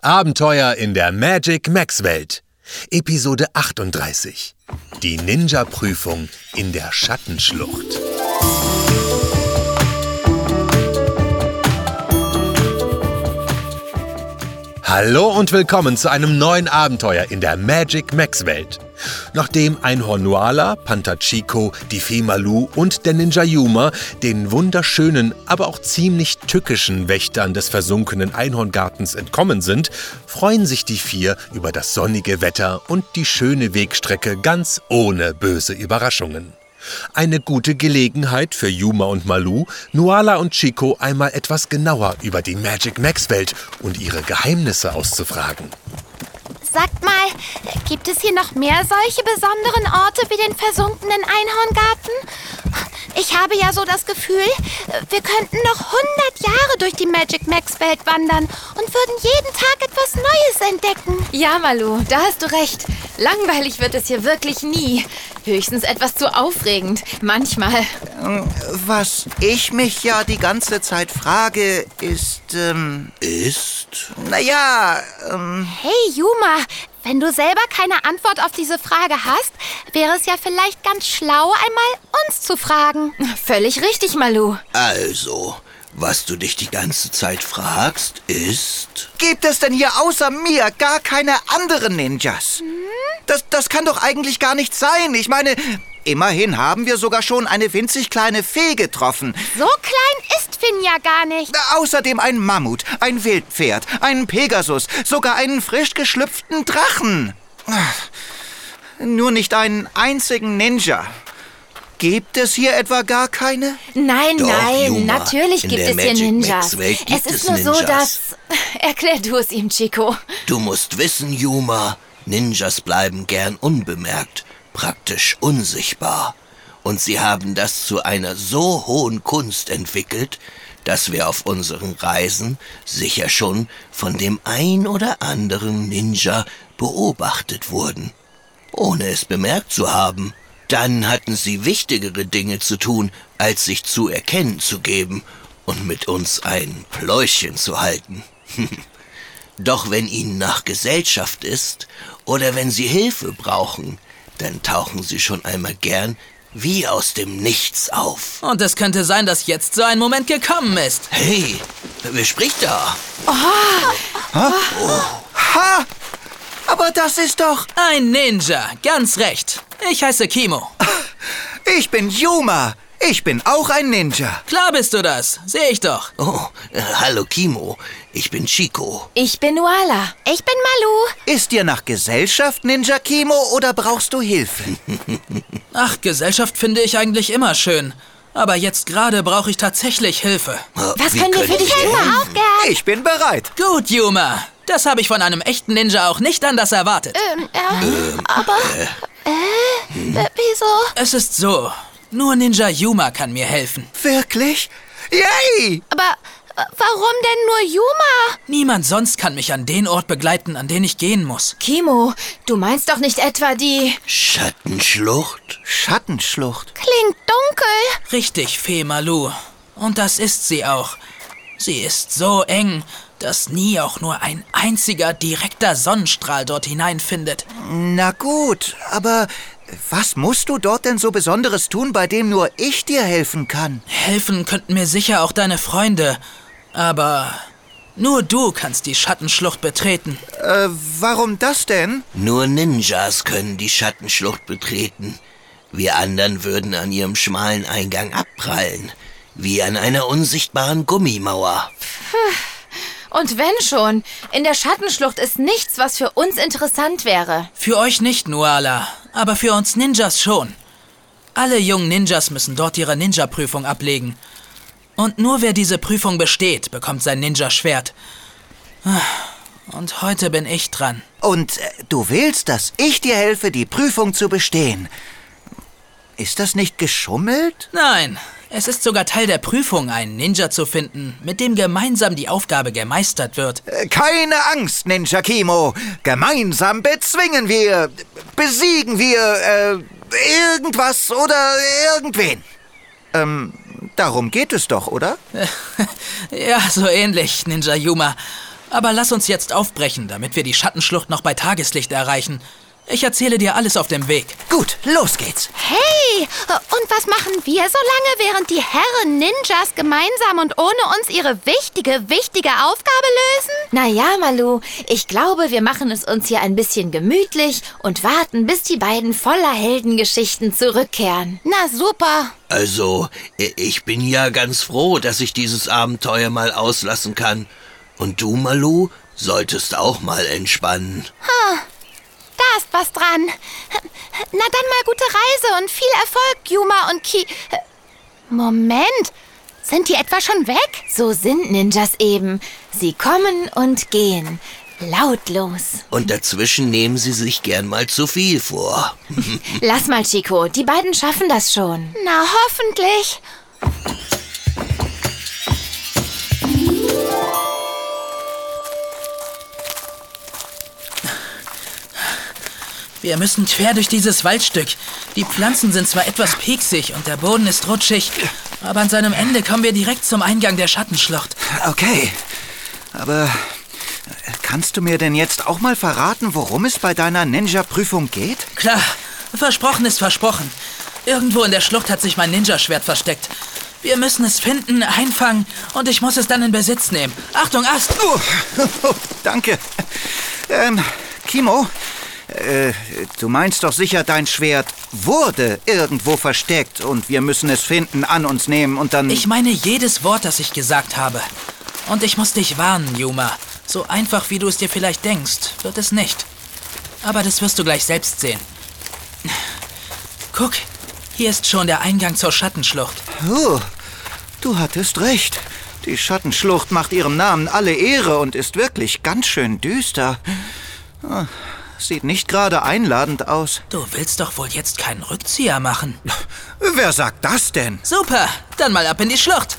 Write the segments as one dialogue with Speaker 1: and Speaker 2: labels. Speaker 1: Abenteuer in der Magic Max Welt. Episode 38. Die Ninja-Prüfung in der Schattenschlucht. Hallo und willkommen zu einem neuen Abenteuer in der Magic Max Welt. Nachdem ein Honuala, Pantachiko, die Fee Malu und der Ninja Yuma den wunderschönen, aber auch ziemlich tückischen Wächtern des versunkenen Einhorngartens entkommen sind, freuen sich die vier über das sonnige Wetter und die schöne Wegstrecke ganz ohne böse Überraschungen. Eine gute Gelegenheit für Yuma und Malu, Nuala und Chico einmal etwas genauer über die Magic Max Welt und ihre Geheimnisse auszufragen.
Speaker 2: Sagt mal, gibt es hier noch mehr solche besonderen Orte wie den versunkenen Einhorngarten? Ich habe ja so das Gefühl, wir könnten noch 100 Jahre durch die Magic Max Welt wandern und würden jeden Tag etwas Neues entdecken.
Speaker 3: Ja, Malu, da hast du recht. Langweilig wird es hier wirklich nie. Höchstens etwas zu aufregend. Manchmal.
Speaker 4: Was ich mich ja die ganze Zeit frage, ist, ähm,
Speaker 5: Ist?
Speaker 4: naja, ähm,
Speaker 2: Hey Yuma, wenn du selber keine Antwort auf diese Frage hast, wäre es ja vielleicht ganz schlau, einmal uns zu fragen.
Speaker 3: Völlig richtig, Malu.
Speaker 5: Also, was du dich die ganze Zeit fragst, ist...
Speaker 4: gibt es denn hier außer mir gar keine anderen Ninjas? Das, das kann doch eigentlich gar nicht sein. Ich meine, immerhin haben wir sogar schon eine winzig kleine Fee getroffen.
Speaker 2: So klein ist Finn ja gar nicht.
Speaker 4: Außerdem ein Mammut, ein Wildpferd, einen Pegasus, sogar einen frisch geschlüpften Drachen. Nur nicht einen einzigen Ninja. Gibt es hier etwa gar keine?
Speaker 3: Nein,
Speaker 5: Doch,
Speaker 3: nein,
Speaker 5: Yuma,
Speaker 3: natürlich
Speaker 5: in
Speaker 3: gibt
Speaker 5: der
Speaker 3: es hier
Speaker 5: Magic
Speaker 3: Ninjas.
Speaker 5: Max Welt
Speaker 3: es
Speaker 5: gibt
Speaker 3: ist
Speaker 5: es
Speaker 3: nur so, dass.
Speaker 5: Ninjas.
Speaker 3: Erklär du es ihm, Chico.
Speaker 5: Du musst wissen, Yuma, Ninjas bleiben gern unbemerkt, praktisch unsichtbar. Und sie haben das zu einer so hohen Kunst entwickelt, dass wir auf unseren Reisen sicher schon von dem ein oder anderen Ninja beobachtet wurden, ohne es bemerkt zu haben. Dann hatten sie wichtigere Dinge zu tun, als sich zu erkennen zu geben und mit uns ein Pläuschen zu halten. Doch wenn ihnen nach Gesellschaft ist oder wenn sie Hilfe brauchen, dann tauchen sie schon einmal gern wie aus dem Nichts auf.
Speaker 6: Und es könnte sein, dass jetzt so ein Moment gekommen ist.
Speaker 5: Hey, wer spricht da?
Speaker 4: Ha! Aber das ist doch.
Speaker 6: Ein Ninja, ganz recht. Ich heiße Kimo.
Speaker 4: Ich bin Yuma. Ich bin auch ein Ninja.
Speaker 6: Klar bist du das, sehe ich doch.
Speaker 5: Oh, äh, hallo Kimo, ich bin Chico.
Speaker 3: Ich bin Nuala.
Speaker 2: Ich bin Malu.
Speaker 4: Ist dir nach Gesellschaft, Ninja Kimo, oder brauchst du Hilfe?
Speaker 6: Ach, Gesellschaft finde ich eigentlich immer schön. Aber jetzt gerade brauche ich tatsächlich Hilfe.
Speaker 5: Äh,
Speaker 3: Was können wir für dich
Speaker 5: ich
Speaker 3: tun?
Speaker 5: helfen?
Speaker 2: Auch gern.
Speaker 4: Ich bin bereit.
Speaker 6: Gut, Yuma. Das habe ich von einem echten Ninja auch nicht anders erwartet.
Speaker 2: Ähm,
Speaker 5: Ähm,
Speaker 2: Äh, wieso?
Speaker 6: Es ist so. Nur Ninja Yuma kann mir helfen.
Speaker 4: Wirklich? Yay!
Speaker 2: Aber äh, warum denn nur Yuma?
Speaker 6: Niemand sonst kann mich an den Ort begleiten, an den ich gehen muss.
Speaker 3: Kimo, du meinst doch nicht etwa die.
Speaker 5: Schattenschlucht?
Speaker 4: Schattenschlucht.
Speaker 2: Klingt dunkel.
Speaker 6: Richtig, Fee Malu. Und das ist sie auch. Sie ist so eng, dass nie auch nur ein einziger direkter Sonnenstrahl dort hineinfindet.
Speaker 4: Na gut, aber was musst du dort denn so Besonderes tun, bei dem nur ich dir helfen kann?
Speaker 6: Helfen könnten mir sicher auch deine Freunde, aber nur du kannst die Schattenschlucht betreten.
Speaker 4: Äh, warum das denn?
Speaker 5: Nur Ninjas können die Schattenschlucht betreten. Wir anderen würden an ihrem schmalen Eingang abprallen, wie an einer unsichtbaren Gummimauer.
Speaker 3: Und wenn schon, in der Schattenschlucht ist nichts, was für uns interessant wäre.
Speaker 6: Für euch nicht, Nuala, aber für uns Ninjas schon. Alle jungen Ninjas müssen dort ihre Ninja-Prüfung ablegen. Und nur wer diese Prüfung besteht, bekommt sein Ninja-Schwert. Und heute bin ich dran.
Speaker 4: Und äh, du willst, dass ich dir helfe, die Prüfung zu bestehen. Ist das nicht geschummelt?
Speaker 6: Nein, es ist sogar Teil der Prüfung, einen Ninja zu finden, mit dem gemeinsam die Aufgabe gemeistert wird.
Speaker 4: Äh, Keine Angst, Ninja Kimo. Gemeinsam bezwingen wir, besiegen wir äh, irgendwas oder irgendwen. Ähm, darum geht es doch, oder?
Speaker 6: Ja, so ähnlich, Ninja Yuma. Aber lass uns jetzt aufbrechen, damit wir die Schattenschlucht noch bei Tageslicht erreichen. Ich erzähle dir alles auf dem Weg.
Speaker 7: Gut, los geht's.
Speaker 2: Hey, und was machen wir so lange, während die Herren Ninjas gemeinsam und ohne uns ihre wichtige, wichtige Aufgabe lösen?
Speaker 3: Naja, Malu, ich glaube, wir machen es uns hier ein bisschen gemütlich und warten, bis die beiden voller Heldengeschichten zurückkehren.
Speaker 2: Na super.
Speaker 5: Also, i- ich bin ja ganz froh, dass ich dieses Abenteuer mal auslassen kann. Und du, Malu, solltest auch mal entspannen.
Speaker 2: Da ist was dran. Na dann mal gute Reise und viel Erfolg, Yuma und Ki. Moment, sind die etwa schon weg?
Speaker 3: So sind Ninjas eben. Sie kommen und gehen. Lautlos.
Speaker 5: Und dazwischen nehmen sie sich gern mal zu viel vor.
Speaker 3: Lass mal, Chico. Die beiden schaffen das schon.
Speaker 2: Na hoffentlich.
Speaker 6: Wir müssen quer durch dieses Waldstück. Die Pflanzen sind zwar etwas pieksig und der Boden ist rutschig, aber an seinem Ende kommen wir direkt zum Eingang der Schattenschlucht.
Speaker 4: Okay, aber äh, kannst du mir denn jetzt auch mal verraten, worum es bei deiner Ninja-Prüfung geht?
Speaker 6: Klar, versprochen ist versprochen. Irgendwo in der Schlucht hat sich mein Ninja-Schwert versteckt. Wir müssen es finden, einfangen und ich muss es dann in Besitz nehmen. Achtung, Ast!
Speaker 4: Oh, oh, danke. Ähm, Kimo, äh, du meinst doch sicher, dein Schwert wurde irgendwo versteckt und wir müssen es finden, an uns nehmen und dann...
Speaker 6: Ich meine jedes Wort, das ich gesagt habe. Und ich muss dich warnen, Yuma. So einfach, wie du es dir vielleicht denkst, wird es nicht. Aber das wirst du gleich selbst sehen. Guck, hier ist schon der Eingang zur Schattenschlucht.
Speaker 4: Oh, du hattest recht. Die Schattenschlucht macht ihrem Namen alle Ehre und ist wirklich ganz schön düster. Ah, Sieht nicht gerade einladend aus.
Speaker 6: Du willst doch wohl jetzt keinen Rückzieher machen.
Speaker 4: Wer sagt das denn?
Speaker 6: Super, dann mal ab in die Schlucht.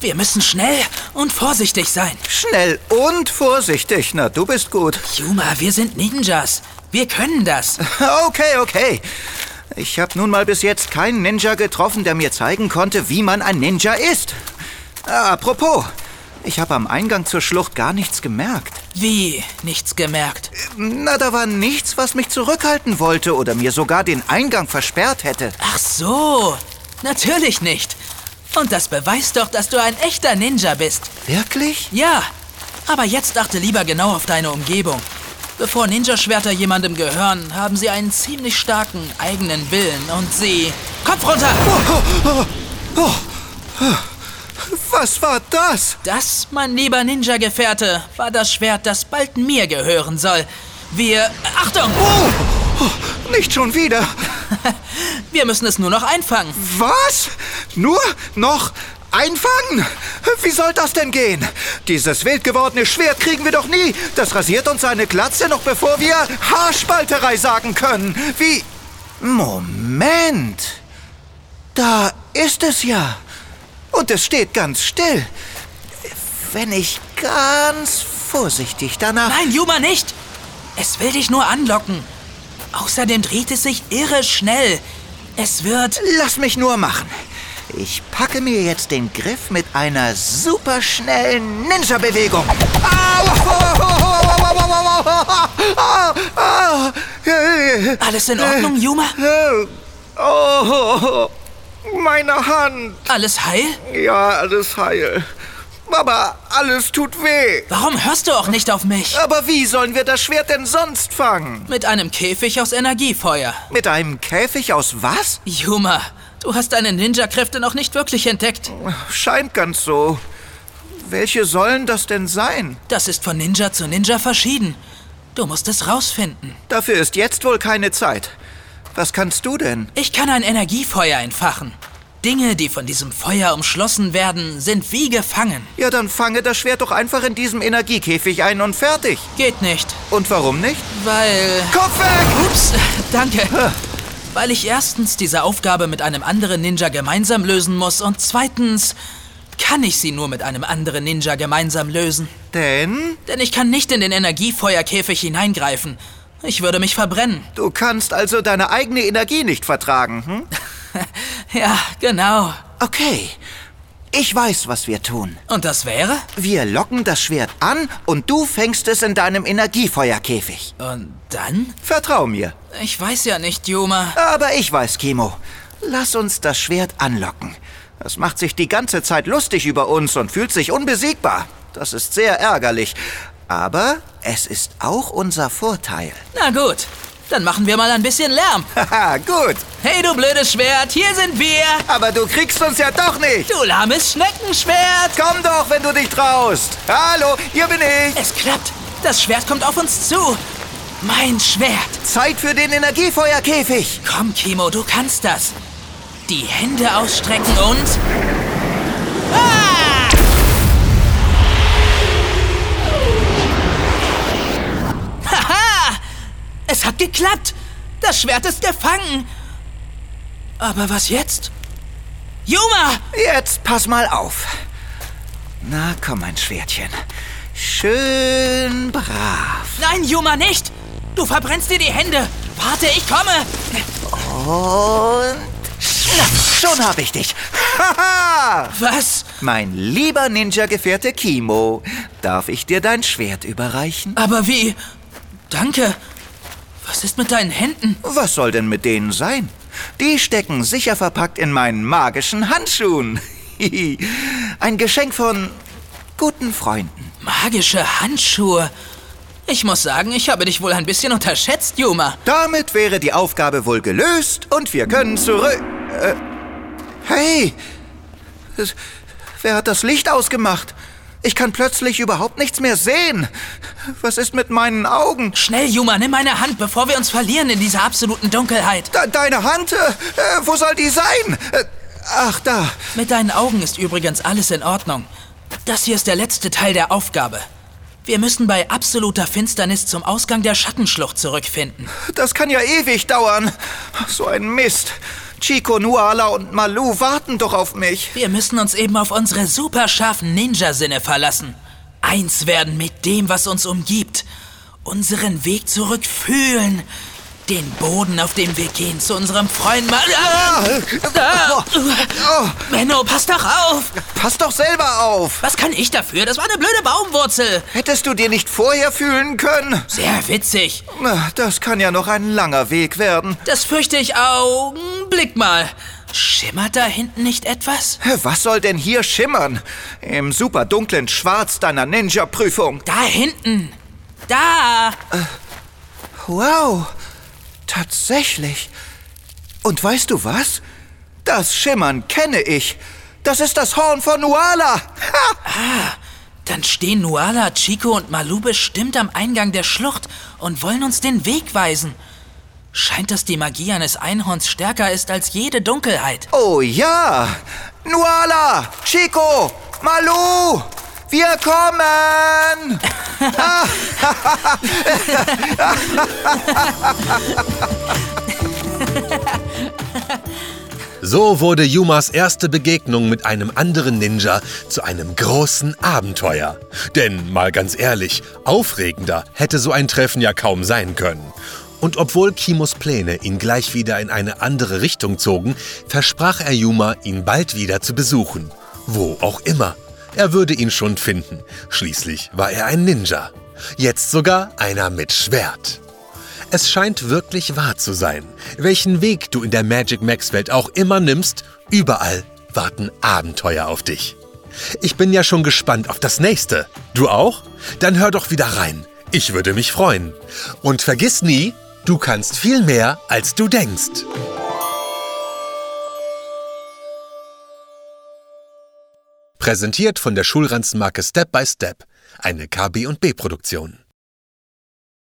Speaker 6: Wir müssen schnell und vorsichtig sein.
Speaker 4: Schnell und vorsichtig. Na, du bist gut.
Speaker 6: Yuma, wir sind Ninjas. Wir können das.
Speaker 4: Okay, okay. Ich habe nun mal bis jetzt keinen Ninja getroffen, der mir zeigen konnte, wie man ein Ninja ist. Ah, Apropos, ich habe am Eingang zur Schlucht gar nichts gemerkt.
Speaker 6: Wie? Nichts gemerkt.
Speaker 4: Na, da war nichts, was mich zurückhalten wollte oder mir sogar den Eingang versperrt hätte.
Speaker 6: Ach so, natürlich nicht. Und das beweist doch, dass du ein echter Ninja bist.
Speaker 4: Wirklich?
Speaker 6: Ja, aber jetzt achte lieber genau auf deine Umgebung. Bevor Ninja-Schwerter jemandem gehören, haben sie einen ziemlich starken eigenen Willen und sie... Kopf runter!
Speaker 4: Oh. Was war das?
Speaker 6: Das, mein lieber Ninja-Gefährte, war das Schwert, das bald mir gehören soll. Wir... Achtung!
Speaker 4: Oh. Nicht schon wieder.
Speaker 6: Wir müssen es nur noch einfangen.
Speaker 4: Was? Nur noch einfangen? Wie soll das denn gehen? Dieses wild gewordene Schwert kriegen wir doch nie. Das rasiert uns seine Glatze noch bevor wir Haarspalterei sagen können. Wie... Moment. Da ist es ja. Und es steht ganz still. Wenn ich ganz vorsichtig danach...
Speaker 6: Nein, Juma, nicht! Es will dich nur anlocken. Außerdem dreht es sich irre schnell. Es wird...
Speaker 4: Lass mich nur machen. Ich packe mir jetzt den Griff mit einer superschnellen Ninja-Bewegung. Au! Ah, äh,
Speaker 6: Alles in Ordnung, Juma?
Speaker 4: äh, Oh, meine Hand.
Speaker 6: Alles heil?
Speaker 4: Ja, alles heil. Aber alles tut weh.
Speaker 6: Warum hörst du auch nicht auf mich?
Speaker 4: Aber wie sollen wir das Schwert denn sonst fangen?
Speaker 6: Mit einem Käfig aus Energiefeuer.
Speaker 4: Mit einem Käfig aus was?
Speaker 6: Juma, du hast deine Ninja-Kräfte noch nicht wirklich entdeckt.
Speaker 4: Scheint ganz so. Welche sollen das denn sein?
Speaker 6: Das ist von Ninja zu Ninja verschieden. Du musst es rausfinden.
Speaker 4: Dafür ist jetzt wohl keine Zeit. Was kannst du denn?
Speaker 6: Ich kann ein Energiefeuer entfachen. Dinge, die von diesem Feuer umschlossen werden, sind wie gefangen.
Speaker 4: Ja, dann fange das Schwert doch einfach in diesem Energiekäfig ein und fertig.
Speaker 6: Geht nicht,
Speaker 4: Und warum nicht?
Speaker 6: weil...
Speaker 4: Kopf weg!
Speaker 6: Ups, danke. Weil ich erstens diese Aufgabe mit einem anderen Ninja gemeinsam lösen muss und zweitens kann ich sie nur mit einem anderen Ninja gemeinsam lösen.
Speaker 4: Denn
Speaker 6: Denn ich kann nicht in den Energiefeuerkäfig hineingreifen. Ich würde mich verbrennen.
Speaker 4: du kannst also deine eigene Energie nicht vertragen. Hm?
Speaker 6: Ja, genau.
Speaker 4: Okay. Ich weiß, was wir tun.
Speaker 6: Und das wäre?
Speaker 4: Wir locken das Schwert an und du fängst es in deinem Energiefeuerkäfig.
Speaker 6: Und dann?
Speaker 4: Vertrau mir.
Speaker 6: Ich weiß ja nicht, Juma.
Speaker 4: Aber ich weiß, Kimo. Lass uns das Schwert anlocken. Es macht sich die ganze Zeit lustig über uns und fühlt sich unbesiegbar. Das ist sehr ärgerlich. Aber es ist auch unser Vorteil.
Speaker 6: Na gut, dann machen wir mal ein bisschen Lärm.
Speaker 4: Haha, gut.
Speaker 6: Hey, du blödes Schwert, hier sind wir.
Speaker 4: Aber du kriegst uns ja doch nicht.
Speaker 6: Du lahmes Schneckenschwert.
Speaker 4: Komm doch, wenn du dich traust. Hallo, hier bin ich.
Speaker 6: Es klappt. Das Schwert kommt auf uns zu. Mein Schwert.
Speaker 4: Zeit für den Energiefeuerkäfig.
Speaker 6: Komm, Kimo, du kannst das. Die Hände ausstrecken und... Ah! Haha! Es hat geklappt! Das Schwert ist gefangen! Aber was jetzt? Juma!
Speaker 4: Jetzt pass mal auf. Na, komm, mein Schwertchen. Schön brav.
Speaker 6: Nein, Juma, nicht! Du verbrennst dir die Hände! Warte, ich komme!
Speaker 4: Und schon habe ich dich. Haha!
Speaker 6: Was?
Speaker 4: mein lieber Ninja-Gefährte Kimo, darf ich dir dein Schwert überreichen?
Speaker 6: Aber wie? Danke. Was ist mit deinen Händen?
Speaker 4: Was soll denn mit denen sein? Die stecken sicher verpackt in meinen magischen Handschuhen. Hihi. Ein Geschenk von guten Freunden.
Speaker 6: Magische Handschuhe. Ich muss sagen, ich habe dich wohl ein bisschen unterschätzt, Juma.
Speaker 4: Damit wäre die Aufgabe wohl gelöst und wir können zurück. Äh, hey! Es- Wer hat das Licht ausgemacht? Ich kann plötzlich überhaupt nichts mehr sehen. Was ist mit meinen Augen?
Speaker 6: Schnell, Juma, nimm meine Hand, bevor wir uns verlieren in dieser absoluten Dunkelheit.
Speaker 4: De deine Hand? Äh, äh, wo soll die sein? Äh, ach, da.
Speaker 6: Mit deinen Augen ist übrigens alles in Ordnung. Das hier ist der letzte Teil der Aufgabe. Wir müssen bei absoluter Finsternis zum Ausgang der Schattenschlucht zurückfinden.
Speaker 4: Das kann ja ewig dauern. So ein Mist. Chico, Nuala und Malu warten doch auf mich.
Speaker 6: Wir müssen uns eben auf unsere super scharfen Ninja-Sinne verlassen. Eins werden mit dem, was uns umgibt. Unseren Weg zurück fühlen. Den Boden, auf dem wir gehen, zu unserem Freund Ma... Ah! Ah! Menno, pass doch auf!
Speaker 4: Pass doch selber auf.
Speaker 6: Was kann ich dafür? Das war eine blöde Baumwurzel.
Speaker 4: Hättest du dir nicht vorher fühlen können?
Speaker 6: Sehr witzig.
Speaker 4: Na, Das kann ja noch ein langer Weg werden.
Speaker 6: Das fürchte ich auch. Blick mal. Schimmert da hinten nicht etwas?
Speaker 4: Was soll denn hier schimmern? Im super dunklen Schwarz deiner Ninja-Prüfung.
Speaker 6: Da hinten. Da.
Speaker 4: Wow, tatsächlich. Und weißt du was? Das Schimmern kenne ich. Das ist das Horn von Nuala. Ha!
Speaker 6: Dann stehen Nuala, Chico und Malu bestimmt am Eingang der Schlucht und wollen uns den Weg weisen. Scheint, dass die Magie eines Einhorns stärker ist als jede Dunkelheit.
Speaker 4: Oh ja! Nuala! Chico! Malu! Wir kommen!
Speaker 1: So wurde Yumas erste Begegnung mit einem anderen Ninja zu einem großen Abenteuer. Denn, mal ganz ehrlich, aufregender hätte so ein Treffen ja kaum sein können. Und obwohl Kimos Pläne ihn gleich wieder in eine andere Richtung zogen, versprach er Yuma, ihn bald wieder zu besuchen. Wo auch immer. Er würde ihn schon finden. Schließlich war er ein Ninja. Jetzt sogar einer mit Schwert. Es scheint wirklich wahr zu sein. Welchen Weg du in der Magic Max Welt auch immer nimmst, überall warten Abenteuer auf dich. Ich bin ja schon gespannt auf das nächste. Du auch? Dann hör doch wieder rein. Ich würde mich freuen. Und vergiss nie, du kannst viel mehr, als du denkst. Präsentiert von der Schulranzenmarke Step by Step, eine KB&B Produktion.